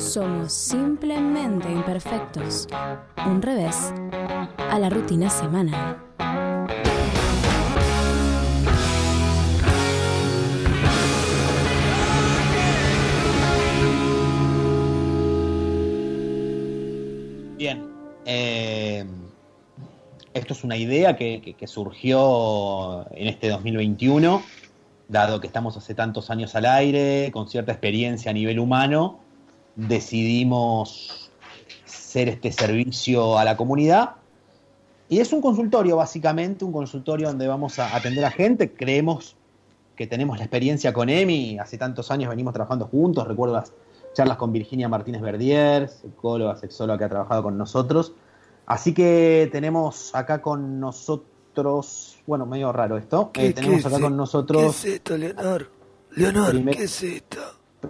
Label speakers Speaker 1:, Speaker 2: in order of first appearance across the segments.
Speaker 1: Somos simplemente imperfectos. Un revés a la rutina semanal.
Speaker 2: Bien. eh, esto es una idea que, que- que surgió en este 2021, dado que estamos hace tantos años al aire, con cierta experiencia a nivel humano, decidimos ser este servicio a la comunidad. Y es un consultorio, básicamente, un consultorio donde vamos a atender a gente. Creemos que tenemos la experiencia con Emi, hace tantos años venimos trabajando juntos, recuerdo las charlas con Virginia Martínez Verdier, psicóloga, sexóloga que ha trabajado con nosotros. Así que tenemos acá con nosotros, bueno, medio raro esto,
Speaker 3: ¿Qué-
Speaker 2: Eh, tenemos
Speaker 3: qué
Speaker 2: acá
Speaker 3: es-
Speaker 2: con nosotros
Speaker 3: ¿Qué es esto, Leonor? Leonor,
Speaker 2: Primer-
Speaker 3: ¿qué es esto?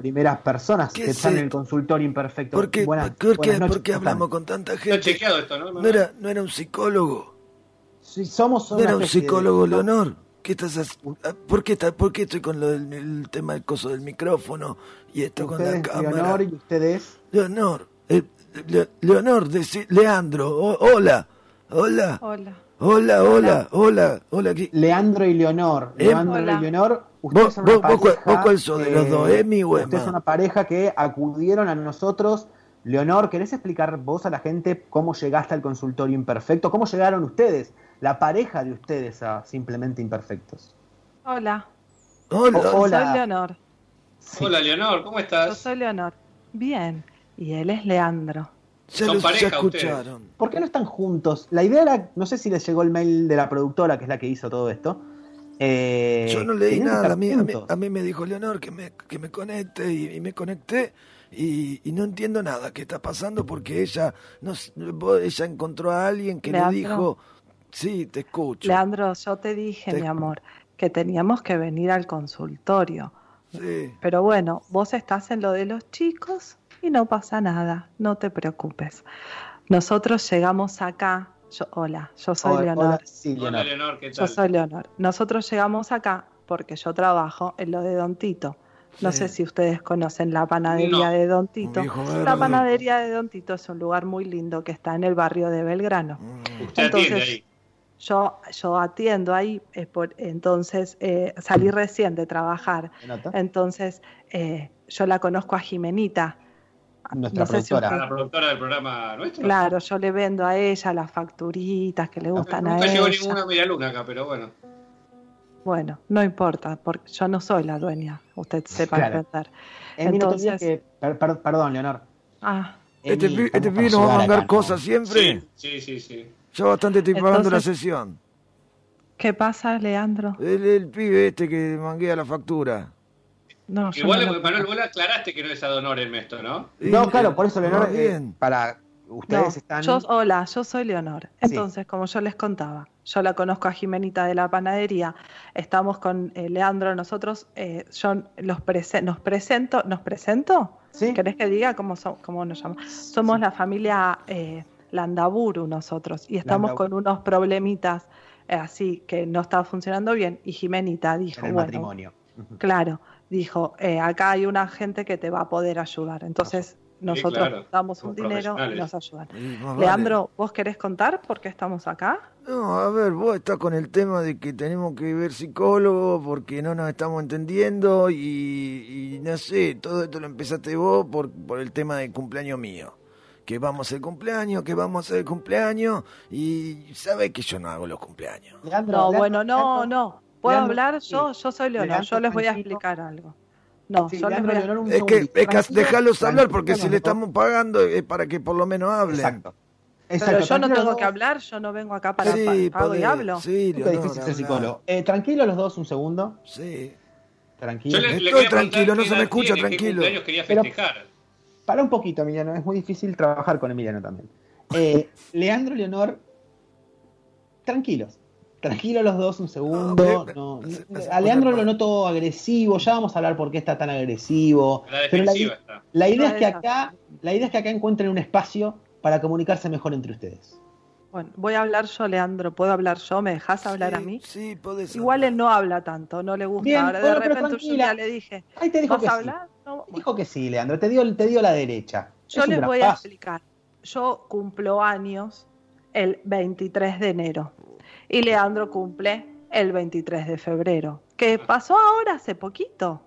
Speaker 2: primeras personas
Speaker 3: ¿Qué
Speaker 2: que
Speaker 3: es
Speaker 2: están en el
Speaker 3: esto?
Speaker 2: consultorio imperfecto.
Speaker 3: ¿Por qué,
Speaker 2: Buenas-
Speaker 3: por qué-
Speaker 2: buenas noches,
Speaker 3: por qué
Speaker 2: ¿cómo están?
Speaker 3: hablamos con tanta
Speaker 4: Está
Speaker 3: gente?
Speaker 4: chequeado esto, ¿no?
Speaker 3: No era, no era un psicólogo.
Speaker 2: Sí, somos
Speaker 3: No
Speaker 2: una
Speaker 3: era un
Speaker 2: especie de-
Speaker 3: psicólogo, Leonor. ¿Qué estás haciendo? ¿Por qué, está, ¿Por qué estoy con lo del, el tema del coso del micrófono y esto con la
Speaker 2: Ustedes,
Speaker 3: cámara?
Speaker 2: Leonor, y ustedes.
Speaker 3: Leonor, eh, Le- Leonor, decí- Leandro, o- hola, hola,
Speaker 5: Hola.
Speaker 3: hola, hola, hola, hola. ¿qué-
Speaker 2: Leandro y Leonor.
Speaker 3: Em-
Speaker 2: Leandro y
Speaker 5: Hola.
Speaker 2: Leonor.
Speaker 3: Vos- vos- vos cuál- vos cuál sos de los dos, Emi o
Speaker 2: Ustedes
Speaker 3: Emma?
Speaker 2: son una pareja que acudieron a nosotros. Leonor, ¿querés explicar vos a la gente cómo llegaste al consultorio imperfecto? ¿Cómo llegaron ustedes, la pareja de ustedes, a simplemente imperfectos?
Speaker 5: Hola.
Speaker 3: Hola,
Speaker 2: O- hola.
Speaker 5: Soy Leonor.
Speaker 2: Sí.
Speaker 4: Hola, Leonor, ¿cómo
Speaker 5: Yo
Speaker 4: estás?
Speaker 5: soy Leonor. Bien. Y él es Leandro.
Speaker 3: ya
Speaker 4: son
Speaker 3: los ya
Speaker 4: pareja ustedes.
Speaker 3: escucharon.
Speaker 2: ¿Por qué no están juntos? La idea era, no sé si les llegó el mail de la productora, que es la que hizo todo esto. Eh,
Speaker 3: Yo no leí
Speaker 2: tenían que estar
Speaker 3: nada, a mí, a, mí,
Speaker 2: juntos.
Speaker 3: a mí me dijo Leonor que me, que me conecte y, y me conecté y, y no entiendo nada que está pasando porque ella no, s- vos- ella encontró a alguien que le
Speaker 5: Leandro.
Speaker 3: dijo, sí, te escucho.
Speaker 5: Leandro, yo te dije,
Speaker 3: Te-
Speaker 5: mi amor, que teníamos que venir al consultorio.
Speaker 3: Sí.
Speaker 5: Pero bueno, vos estás en lo de los chicos y no pasa nada. No te preocupes. Nosotros llegamos acá. Yo, hola, yo soy
Speaker 2: Hola,
Speaker 5: Leonor.
Speaker 2: hola, sí,
Speaker 4: Hola,
Speaker 2: Leonor.
Speaker 4: Leonor, ¿qué
Speaker 5: Yo
Speaker 4: tal?
Speaker 5: soy Leonor. Nosotros llegamos acá porque yo trabajo en lo de Don Tito. No
Speaker 3: Sí.
Speaker 5: sé si ustedes conocen la panadería
Speaker 4: No.
Speaker 5: de Don
Speaker 3: Un
Speaker 5: Tito.
Speaker 3: viejo
Speaker 5: La
Speaker 3: bárbaro.
Speaker 5: panadería de Don Tito es un lugar muy lindo que está en el barrio de Belgrano.
Speaker 3: Mm.
Speaker 4: Usted atiende
Speaker 5: Entonces-
Speaker 4: ahí.
Speaker 5: Yo, yo atiendo ahí, eh, por- entonces eh, salí recién de trabajar.
Speaker 2: ¿Se nota?
Speaker 5: Entonces eh, yo la conozco a Jimenita.
Speaker 2: Nuestra
Speaker 5: no sé si
Speaker 2: productora.
Speaker 4: A
Speaker 5: usted-
Speaker 4: la productora del programa nuestro.
Speaker 5: Claro, yo le vendo a ella las facturitas que le gustan a
Speaker 4: Nunca llegó
Speaker 5: ella.
Speaker 4: ninguna medialuna acá, pero bueno.
Speaker 5: Bueno, no importa, porque yo no soy la dueña, usted sepa
Speaker 2: Claro.
Speaker 5: entender.
Speaker 2: Emi, no te olvides
Speaker 5: Entonces-
Speaker 2: Eh, que- per- per- perdón, Leonor.
Speaker 5: Ah,
Speaker 3: Este,
Speaker 2: Emi,
Speaker 3: pi- este
Speaker 2: estamos para
Speaker 3: pibe nos va a
Speaker 2: ayudar
Speaker 3: mandar
Speaker 2: acá, ¿no?
Speaker 3: cosas siempre.
Speaker 4: Sí, sí, sí. sí.
Speaker 3: Ya bastante estoy pagando la
Speaker 5: Entonces-
Speaker 3: sesión.
Speaker 5: ¿qué pasa, Leandro?
Speaker 3: El, el pibe este que manguea la factura.
Speaker 5: No, yo
Speaker 4: Igual,
Speaker 5: no lo-
Speaker 4: Manuel, vos le aclaraste que no es Adonor en esto, ¿no?
Speaker 2: No, claro, por eso, Leonor,
Speaker 3: Más
Speaker 2: eh,
Speaker 3: bien.
Speaker 2: para
Speaker 5: No,
Speaker 2: ustedes están...
Speaker 5: yo, hola, yo soy Leonor. Entonces, como yo les contaba, yo la conozco a Jimenita de la panadería. Estamos con eh, Leandro, nosotros, eh, yo los prese- nos presento, ¿nos presento?
Speaker 2: ¿Sí?
Speaker 5: ¿Querés que diga cómo, so- cómo nos llamamos? Somos la familia eh, Landaburu nosotros y estamos
Speaker 2: Landaburu.
Speaker 5: con unos problemitas eh, así que no está funcionando bien y Jimenita dijo,
Speaker 2: En el
Speaker 5: bueno,
Speaker 2: matrimonio.
Speaker 5: Claro, dijo, eh, acá hay una gente que te va a poder ayudar. Entonces nosotros
Speaker 4: claro,
Speaker 5: damos
Speaker 4: son
Speaker 5: un dinero y
Speaker 4: profesionales.
Speaker 5: nos ayudan.
Speaker 3: Y más vale.
Speaker 5: Leandro, ¿vos querés contar por qué estamos acá?
Speaker 3: No, a ver, vos estás con el tema de que tenemos que ver psicólogo porque no nos estamos entendiendo y, y no sé, todo esto lo empezaste vos por, por el tema del cumpleaños mío. Que vamos al cumpleaños, que vamos al cumpleaños y sabes que yo no hago los cumpleaños.
Speaker 2: Leandro,
Speaker 5: No,
Speaker 2: Leandro,
Speaker 5: bueno, no,
Speaker 2: Leandro,
Speaker 5: no. ¿Puedo
Speaker 2: Leandro,
Speaker 5: hablar
Speaker 2: sí.
Speaker 5: yo? Yo soy Leonor,
Speaker 2: Leandro,
Speaker 5: yo les voy a
Speaker 2: tranquilo.
Speaker 5: explicar algo. No,
Speaker 2: sí,
Speaker 5: yo les
Speaker 2: Leandro,
Speaker 5: voy a...
Speaker 2: Leonor, un
Speaker 3: Es que,
Speaker 2: segundito.
Speaker 3: es que
Speaker 2: Tranquilo,
Speaker 3: dejarlos hablar porque
Speaker 2: tranquilo,
Speaker 3: si le
Speaker 2: nosotros-
Speaker 3: estamos pagando es para que por lo menos hablen.
Speaker 2: Exacto.
Speaker 5: Pero
Speaker 2: Exacto,
Speaker 5: yo no
Speaker 2: tranquilo,
Speaker 5: tengo
Speaker 2: los
Speaker 5: que
Speaker 2: dos.
Speaker 5: hablar, yo no vengo acá para
Speaker 3: sí,
Speaker 5: pa- pago y
Speaker 3: podés,
Speaker 5: hablo.
Speaker 3: Sí,
Speaker 2: Nunca es
Speaker 3: Leonor,
Speaker 2: difícil ser
Speaker 3: habla.
Speaker 2: psicólogo. Eh, tranquilo los dos, un segundo.
Speaker 3: Sí.
Speaker 2: Tranquilo.
Speaker 4: Yo le- le
Speaker 3: Estoy
Speaker 4: quería preguntar
Speaker 3: tranquilo, no
Speaker 4: qué
Speaker 3: se me
Speaker 4: edad
Speaker 3: escucha,
Speaker 4: tiene, qué
Speaker 3: tranquilo.
Speaker 4: cumpleaños quería
Speaker 2: Pero-
Speaker 4: festejar.
Speaker 2: Para un poquito, Emiliano. Es muy difícil trabajar con Emiliano también. Eh, Leandro, Leonor, tranquilos. Tranquilos los dos un segundo.
Speaker 3: No,
Speaker 2: no,
Speaker 3: me- me-
Speaker 2: a Leandro lo noto agresivo. Ya vamos a hablar por qué está tan agresivo.
Speaker 4: A La
Speaker 2: Pero la,
Speaker 4: defensiva está.
Speaker 2: la idea
Speaker 5: No,
Speaker 2: es que
Speaker 5: esa.
Speaker 2: acá, la idea es que acá encuentren un espacio para comunicarse mejor entre ustedes.
Speaker 5: Bueno, voy a hablar yo, Leandro, ¿puedo hablar yo? ¿Me dejás hablar a
Speaker 3: Sí,
Speaker 5: mí?
Speaker 3: Sí, podés
Speaker 5: Igual
Speaker 3: hablar.
Speaker 5: él no habla tanto, no le gusta.
Speaker 2: Bien,
Speaker 5: Ahora, de
Speaker 2: bueno, pero
Speaker 5: repente un
Speaker 2: tranquila.
Speaker 5: día le dije,
Speaker 2: Ahí te dijo
Speaker 5: ¿vas
Speaker 2: que
Speaker 5: a
Speaker 2: sí.
Speaker 5: hablar? No,
Speaker 2: Dijo que sí, Leandro, te dio, te dio la derecha.
Speaker 5: Yo
Speaker 2: Es un
Speaker 5: les
Speaker 2: gran
Speaker 5: voy a
Speaker 2: paso.
Speaker 5: explicar. Yo cumplo años el 23 de enero y Leandro cumple el 23 de febrero. ¿Qué pasó ahora hace poquito?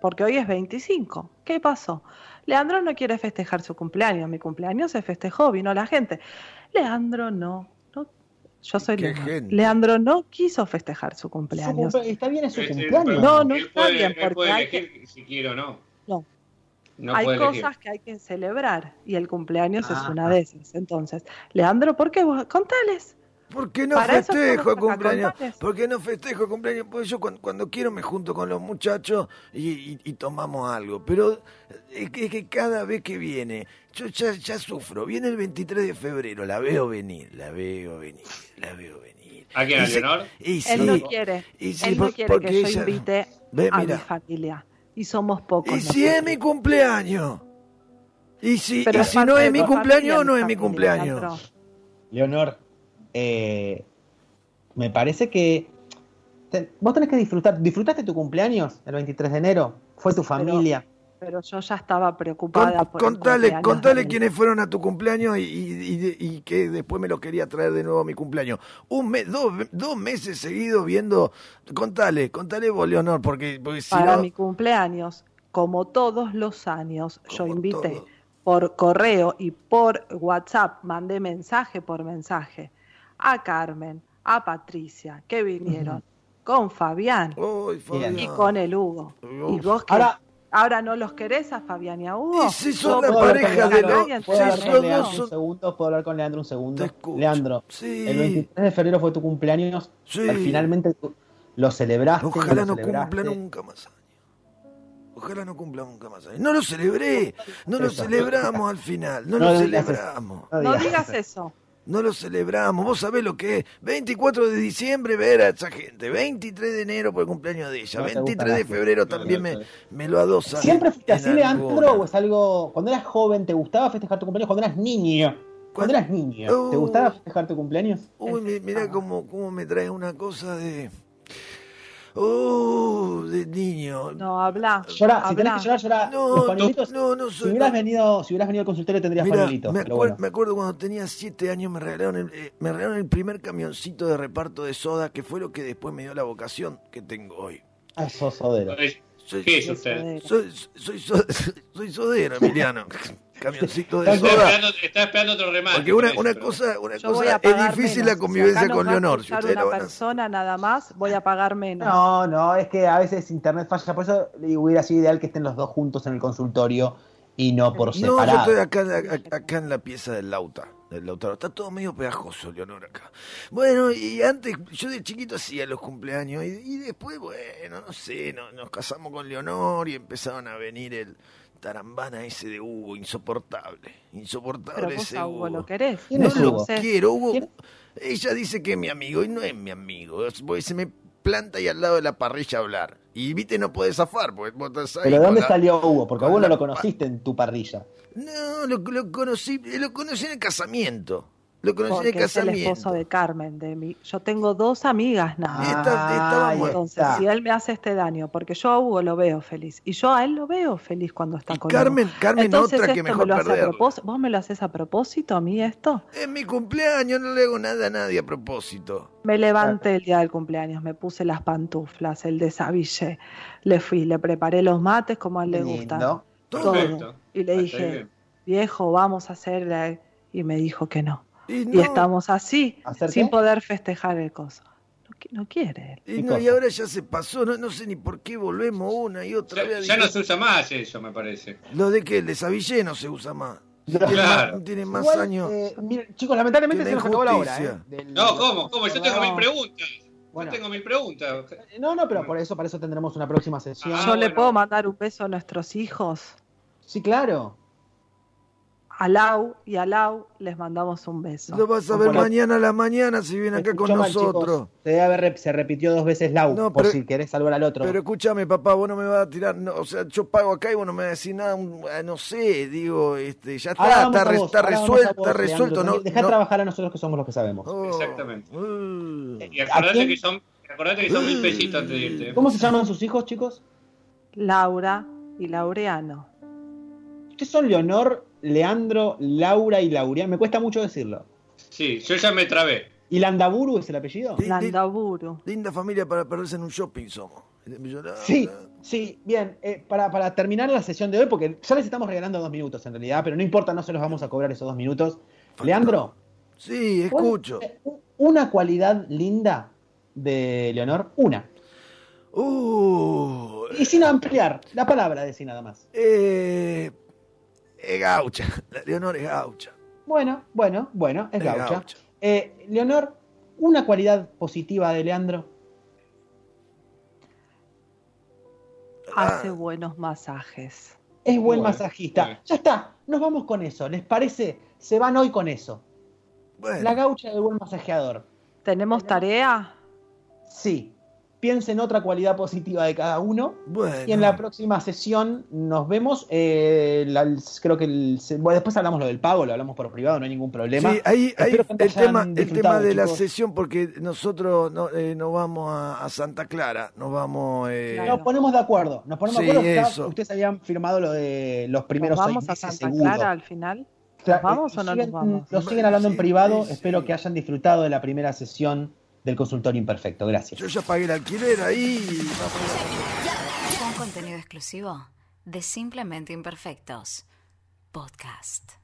Speaker 5: Porque hoy es 25. ¿Qué pasó? Leandro no quiere festejar su cumpleaños. Mi cumpleaños se festejó, vino la gente. Leandro no. no. Yo soy
Speaker 3: ¿Qué
Speaker 5: Leandro.
Speaker 3: gente?
Speaker 5: Leandro no quiso festejar su
Speaker 2: Su
Speaker 5: cumpleaños.
Speaker 2: cumple- Está bien, es su
Speaker 4: Este,
Speaker 2: cumpleaños.
Speaker 4: pero
Speaker 5: No, no
Speaker 4: él
Speaker 5: está
Speaker 4: puede-
Speaker 5: bien,
Speaker 4: él
Speaker 5: porque
Speaker 4: puede
Speaker 5: hay
Speaker 4: elegir si quiere o no.
Speaker 5: No.
Speaker 4: No
Speaker 5: hay
Speaker 4: puede
Speaker 5: cosas
Speaker 4: elegir.
Speaker 5: que hay que celebrar y el cumpleaños es
Speaker 2: Ah.
Speaker 5: una de esas. Entonces, Leandro, ¿por qué vos? Contales.
Speaker 3: ¿Por qué no
Speaker 5: Para eso
Speaker 3: festejo el
Speaker 5: estamos acá,
Speaker 3: cumpleaños?
Speaker 5: contales.
Speaker 3: ¿Por qué no festejo el cumpleaños? Porque yo cuan- cuando, quiero me junto con los muchachos y, y- y tomamos algo. Pero eh, es que, es que cada vez que viene, yo ya, ya sufro. Viene el 23 de febrero, la veo venir, la veo venir, la veo venir.
Speaker 4: ¿A quién,
Speaker 3: Y
Speaker 4: a
Speaker 3: sí-
Speaker 4: Leonor?
Speaker 3: Y sí,
Speaker 5: Él no quiere.
Speaker 3: y sí,
Speaker 5: él no
Speaker 3: por-
Speaker 5: quiere
Speaker 3: porque
Speaker 5: que yo
Speaker 3: ella-
Speaker 5: invite
Speaker 3: Ve,
Speaker 5: a
Speaker 3: mira.
Speaker 5: mi familia. Y somos pocos.
Speaker 3: ¿Y si es
Speaker 5: nosotros.
Speaker 3: mi cumpleaños? ¿Y si,
Speaker 5: Pero
Speaker 3: y
Speaker 5: es
Speaker 3: si no
Speaker 5: parte de
Speaker 3: es mi
Speaker 5: tu
Speaker 3: cumpleaños
Speaker 5: familia,
Speaker 3: no es mi
Speaker 5: familia,
Speaker 3: cumpleaños?
Speaker 5: Leandro.
Speaker 2: Leonor, eh, me parece que te- vos tenés que disfrutar. ¿Disfrutaste tu cumpleaños el 23 de enero? ¿Fue tu familia?
Speaker 5: Pero yo ya estaba preocupada
Speaker 3: Con-
Speaker 5: por el
Speaker 3: contale,
Speaker 5: cumpleaños de
Speaker 3: contale
Speaker 5: él.
Speaker 3: quiénes fueron a tu cumpleaños y, y- y- y que después me los quería traer de nuevo a mi cumpleaños. Un mes, dos, dos meses seguidos viendo. Contale, contale vos, Leonor, porque, porque si
Speaker 5: Para
Speaker 3: no.
Speaker 5: mi cumpleaños, como todos los años, yo
Speaker 3: Como
Speaker 5: invité
Speaker 3: todo.
Speaker 5: por correo y por WhatsApp, mandé mensaje por mensaje a Carmen, a Patricia, que vinieron, con Fabián
Speaker 3: Ay, Fabián.
Speaker 5: y con el Hugo.
Speaker 3: Uf.
Speaker 5: ¿Y vos qué?
Speaker 2: Ahora,
Speaker 5: Ahora no los querés a Fabián y a Hugo.
Speaker 3: Y si son la
Speaker 5: ¿Vos
Speaker 2: ¿puedo hablar con
Speaker 3: pareja de
Speaker 5: podés
Speaker 2: Leandro?
Speaker 3: los-
Speaker 2: ¿Puedo
Speaker 5: hablar con
Speaker 2: hablar
Speaker 3: si
Speaker 2: con
Speaker 3: son
Speaker 5: Leandro?
Speaker 2: Leandro
Speaker 3: dos,
Speaker 2: un segundo? ¿Puedo hablar con Leandro un segundo?
Speaker 3: Te escucho.
Speaker 2: Leandro,
Speaker 3: Sí.
Speaker 2: el 23 de febrero fue tu cumpleaños.
Speaker 3: Sí.
Speaker 2: al Finalmente tú- lo celebraste. lo
Speaker 3: Ojalá no
Speaker 2: celebraste.
Speaker 3: cumpla nunca más años. Ojalá no cumpla nunca más años. No lo celebré. No lo
Speaker 2: Eso.
Speaker 3: celebramos al final. No,
Speaker 2: No
Speaker 3: lo
Speaker 2: digas eso.
Speaker 3: celebramos.
Speaker 5: No digas eso.
Speaker 3: No lo celebramos. Vos sabés lo que es. 24 de diciembre ver a esa gente. 23 de enero por el cumpleaños de ella.
Speaker 2: No te gusta
Speaker 3: 23 de
Speaker 2: nada.
Speaker 3: febrero
Speaker 4: No, no,
Speaker 3: también
Speaker 4: no,
Speaker 3: me,
Speaker 4: no.
Speaker 3: me lo adosa.
Speaker 2: ¿Siempre fuiste
Speaker 3: en
Speaker 2: así, Leandro?
Speaker 3: alguna.
Speaker 2: ¿O es algo.? Cuando eras joven, ¿te gustaba festejar tu cumpleaños? Cuando eras niño. Cuando eras niño, ¿te
Speaker 3: Uh.
Speaker 2: gustaba festejar tu cumpleaños?
Speaker 3: Uy, mi- mirá cómo, cómo me trae una cosa de... Oh, de niño.
Speaker 5: No, habla.
Speaker 2: Llora, si
Speaker 5: habla.
Speaker 2: tenés que llorar, llora.
Speaker 3: No,
Speaker 2: Los pañuelitos,
Speaker 3: no, no, no soy-
Speaker 2: si, hubieras
Speaker 3: no.
Speaker 2: venido, si hubieras venido al consultorio tendrías
Speaker 3: Mira,
Speaker 2: pañuelitos.
Speaker 3: me,
Speaker 2: pero
Speaker 3: acuer-
Speaker 2: bueno.
Speaker 3: me acuerdo cuando tenía siete años me regalaron el, eh, me regalaron el primer camioncito de reparto de soda que fue lo que después me dio la vocación que tengo hoy.
Speaker 2: Ah, sos sodero.
Speaker 3: Soy,
Speaker 4: ¿Qué es
Speaker 5: Eso
Speaker 4: usted?
Speaker 5: era.
Speaker 3: soy, soy, so- soy sodero, Emiliano. camioncito de
Speaker 4: Está
Speaker 3: soda.
Speaker 4: esperando, está esperando otro remate.
Speaker 3: Porque una,
Speaker 4: parece,
Speaker 3: una
Speaker 4: pero-
Speaker 3: cosa, una
Speaker 5: Yo voy
Speaker 3: cosa
Speaker 5: a pagar
Speaker 3: es difícil
Speaker 5: menos.
Speaker 3: la convivencia
Speaker 5: Si acá
Speaker 3: con
Speaker 5: nos va a
Speaker 3: Leonor. Si
Speaker 5: escuchar
Speaker 3: ustedes lo
Speaker 5: una
Speaker 3: van a-
Speaker 5: persona nada más, voy a pagar menos.
Speaker 2: No, no, es que a veces internet falla. Por eso hubiera sido ideal que estén los dos juntos en el consultorio y no por
Speaker 3: No, yo
Speaker 2: separado.
Speaker 3: estoy acá, a- a- acá en la pieza del Lauta. Del Lautaro. Está todo medio pegajoso, Leonor, acá. Bueno, y antes, yo de chiquito hacía los cumpleaños. Y, y después, bueno, no sé, no- nos casamos con Leonor y empezaron a venir el tarambana ese de Hugo, insoportable.
Speaker 5: Pero
Speaker 3: Insoportable
Speaker 5: vos
Speaker 3: ese
Speaker 5: a
Speaker 3: Hugo.
Speaker 5: Hugo lo querés.
Speaker 2: ¿Quién
Speaker 3: No
Speaker 2: es
Speaker 3: lo
Speaker 2: Hugo?
Speaker 5: sé.
Speaker 3: quiero, Hugo.
Speaker 2: ¿Quién?
Speaker 3: Ella dice que es mi amigo y no es mi amigo. Es- porque se me planta ahí al lado de la parrilla a hablar. Y viste, no podés zafar, porque vos estás ahí
Speaker 2: Pero
Speaker 3: con
Speaker 2: ¿de dónde
Speaker 3: la-
Speaker 2: salió Hugo? Porque a Hugo
Speaker 3: con
Speaker 2: no
Speaker 3: la
Speaker 2: lo conociste en tu parrilla.
Speaker 3: no, lo, lo conocí, lo conocí en el casamiento. Lo conocí en el
Speaker 5: Porque es el esposo
Speaker 3: casamiento.
Speaker 5: de Carmen, de mí. Yo tengo dos amigas nada más.
Speaker 3: Ah, estaba
Speaker 2: ahí
Speaker 3: muerto.
Speaker 5: Entonces, si él me hace este daño, porque yo a Hugo lo veo feliz y yo a él lo veo feliz cuando está
Speaker 3: Y
Speaker 5: con
Speaker 3: Carmen,
Speaker 5: Hugo.
Speaker 3: Carmen,
Speaker 5: Entonces,
Speaker 3: otra que
Speaker 5: esto
Speaker 3: mejor
Speaker 5: me lo hace a
Speaker 3: perderla.
Speaker 5: propós- ¿Vos me lo haces a propósito a mí esto?
Speaker 3: Es mi cumpleaños, no le hago nada a nadie a propósito.
Speaker 5: Me levanté el día del cumpleaños, me puse las pantuflas, el desabillé, le fui, le preparé los mates como a él le
Speaker 2: Qué
Speaker 5: gusta.
Speaker 2: lindo.
Speaker 3: Todo.
Speaker 4: Perfecto.
Speaker 5: Y le
Speaker 4: Hasta ahí
Speaker 5: dije,
Speaker 4: Ah, bien.
Speaker 5: viejo, vamos a hacer... la-". Y me dijo que no.
Speaker 3: Y,
Speaker 5: Y
Speaker 3: no,
Speaker 5: estamos así,
Speaker 2: ¿Hacer
Speaker 5: sin
Speaker 2: qué?
Speaker 5: poder festejar el coso. No, qui- no quiere él.
Speaker 3: y no, y
Speaker 2: cosa?
Speaker 3: ahora ya se pasó, no, no sé ni por qué volvemos una y otra
Speaker 4: Ya,
Speaker 3: vez.
Speaker 4: ya no se usa más eso, me parece.
Speaker 3: Lo de que el desavillé no se usa más.
Speaker 2: Claro.
Speaker 3: Tiene más, tiene más
Speaker 2: Igual,
Speaker 3: años.
Speaker 2: eh, miren, chicos, lamentablemente
Speaker 3: Tiene
Speaker 2: se nos acabó la hora.
Speaker 3: injusticia.
Speaker 2: ¿eh? Del-
Speaker 4: No, ¿cómo? ¿Cómo? Yo tengo
Speaker 2: No.
Speaker 4: mil preguntas.
Speaker 2: Bueno. Eh,
Speaker 4: Yo tengo mil preguntas.
Speaker 2: No, no, pero por eso, para eso tendremos una próxima sesión.
Speaker 4: Ah,
Speaker 5: Yo le
Speaker 4: bueno.
Speaker 5: puedo mandar un beso a nuestros hijos.
Speaker 2: Sí, claro.
Speaker 5: A Lau y a Lau les mandamos un beso.
Speaker 3: Lo vas a ver
Speaker 2: Bueno.
Speaker 3: mañana a la mañana si viene acá con
Speaker 2: Escuchó mal,
Speaker 3: nosotros.
Speaker 2: chicos. Se, debe haber rep- se repitió dos veces Lau,
Speaker 3: No,
Speaker 2: por
Speaker 3: pero-
Speaker 2: si querés salvar al otro.
Speaker 3: Pero escúchame, papá, vos no me vas a tirar, no, o sea, yo pago acá y vos no me vas a decir nada, un- ah, no sé, digo, este, ya
Speaker 2: Ahora
Speaker 3: está,
Speaker 2: vamos
Speaker 3: está,
Speaker 2: a
Speaker 3: re-
Speaker 2: vos,
Speaker 3: está
Speaker 2: ahora vamos
Speaker 3: resuelto,
Speaker 2: a vos,
Speaker 3: está
Speaker 2: Leandro,
Speaker 3: resuelto, no,
Speaker 2: Daniel, Dejá
Speaker 3: no-
Speaker 2: trabajar a nosotros que somos los que sabemos.
Speaker 3: Oh,
Speaker 4: Exactamente.
Speaker 3: uh.
Speaker 4: Y acordate
Speaker 2: quién?
Speaker 4: que son, acordate que son mil pesitos antes de irte.
Speaker 2: ¿Cómo se llaman sus hijos, chicos?
Speaker 5: Laura y Laureano.
Speaker 2: Ustedes son Leonor, Leandro, Laura y Laureano. Me cuesta mucho decirlo.
Speaker 4: Sí, yo ya me trabé.
Speaker 2: ¿Y Landaburu es el apellido?
Speaker 3: Sí.
Speaker 5: Landaburu.
Speaker 3: Linda familia para perderse en un shopping somos.
Speaker 2: Sí, sí, bien. eh, para, para terminar la sesión de hoy, porque ya les estamos regalando dos minutos en realidad, pero no importa, no se los vamos a cobrar esos dos minutos. Leandro,
Speaker 3: Sí,
Speaker 2: ¿cuál-
Speaker 3: escucho.
Speaker 2: eh, u- una cualidad linda de Leonor, una.
Speaker 3: Uh,
Speaker 2: Y sin ampliar, la palabra decir nada más.
Speaker 3: eh, es gaucha. La Leonor es gaucha.
Speaker 2: Bueno, bueno, bueno, es
Speaker 3: Es
Speaker 2: gaucha.
Speaker 3: gaucha.
Speaker 2: Eh, Leonor, una cualidad positiva de Leandro.
Speaker 5: Hace
Speaker 3: Ah.
Speaker 5: buenos masajes.
Speaker 2: Es buen
Speaker 4: Bueno,
Speaker 2: masajista.
Speaker 4: bueno.
Speaker 2: Ya está, nos vamos con eso. ¿Les parece? Se van hoy con eso.
Speaker 3: Ah, Bueno,
Speaker 2: La gaucha del buen masajeador.
Speaker 5: ¿Tenemos tarea?
Speaker 2: Sí. Piensen otra cualidad positiva de cada uno.
Speaker 3: bueno.
Speaker 2: Y en la próxima sesión nos vemos. Eh, la- el- creo que el- se- bueno, después hablamos lo del pago, lo hablamos por privado, no hay ningún problema.
Speaker 3: Sí, ahí, ahí
Speaker 2: Espero que
Speaker 3: el,
Speaker 2: hayan
Speaker 3: tema, el tema
Speaker 2: disfrutado,
Speaker 3: de la
Speaker 2: chicos.
Speaker 3: sesión, porque nosotros no, eh, nos vamos a, a Santa Clara, nos vamos... eh,
Speaker 5: Claro.
Speaker 2: Nos ponemos de acuerdo. Nos ponemos
Speaker 3: Sí,
Speaker 2: de acuerdo. Ya
Speaker 3: eso.
Speaker 2: Ustedes habían firmado lo de los primeros
Speaker 5: ¿Nos vamos
Speaker 2: seis
Speaker 5: a
Speaker 2: meses
Speaker 5: Santa
Speaker 2: seguro.
Speaker 5: Clara al final?
Speaker 2: Claro,
Speaker 5: vamos
Speaker 2: eh,
Speaker 5: o no
Speaker 2: siguen-
Speaker 5: nos vamos?
Speaker 2: Lo siguen hablando en
Speaker 3: Sí,
Speaker 2: privado.
Speaker 3: sí.
Speaker 2: Espero que hayan disfrutado de la primera sesión del consultorio imperfecto. Gracias.
Speaker 3: Yo ya pagué el alquiler ahí. y vamos.
Speaker 6: Un contenido exclusivo de Simplemente Imperfectos. Podcast.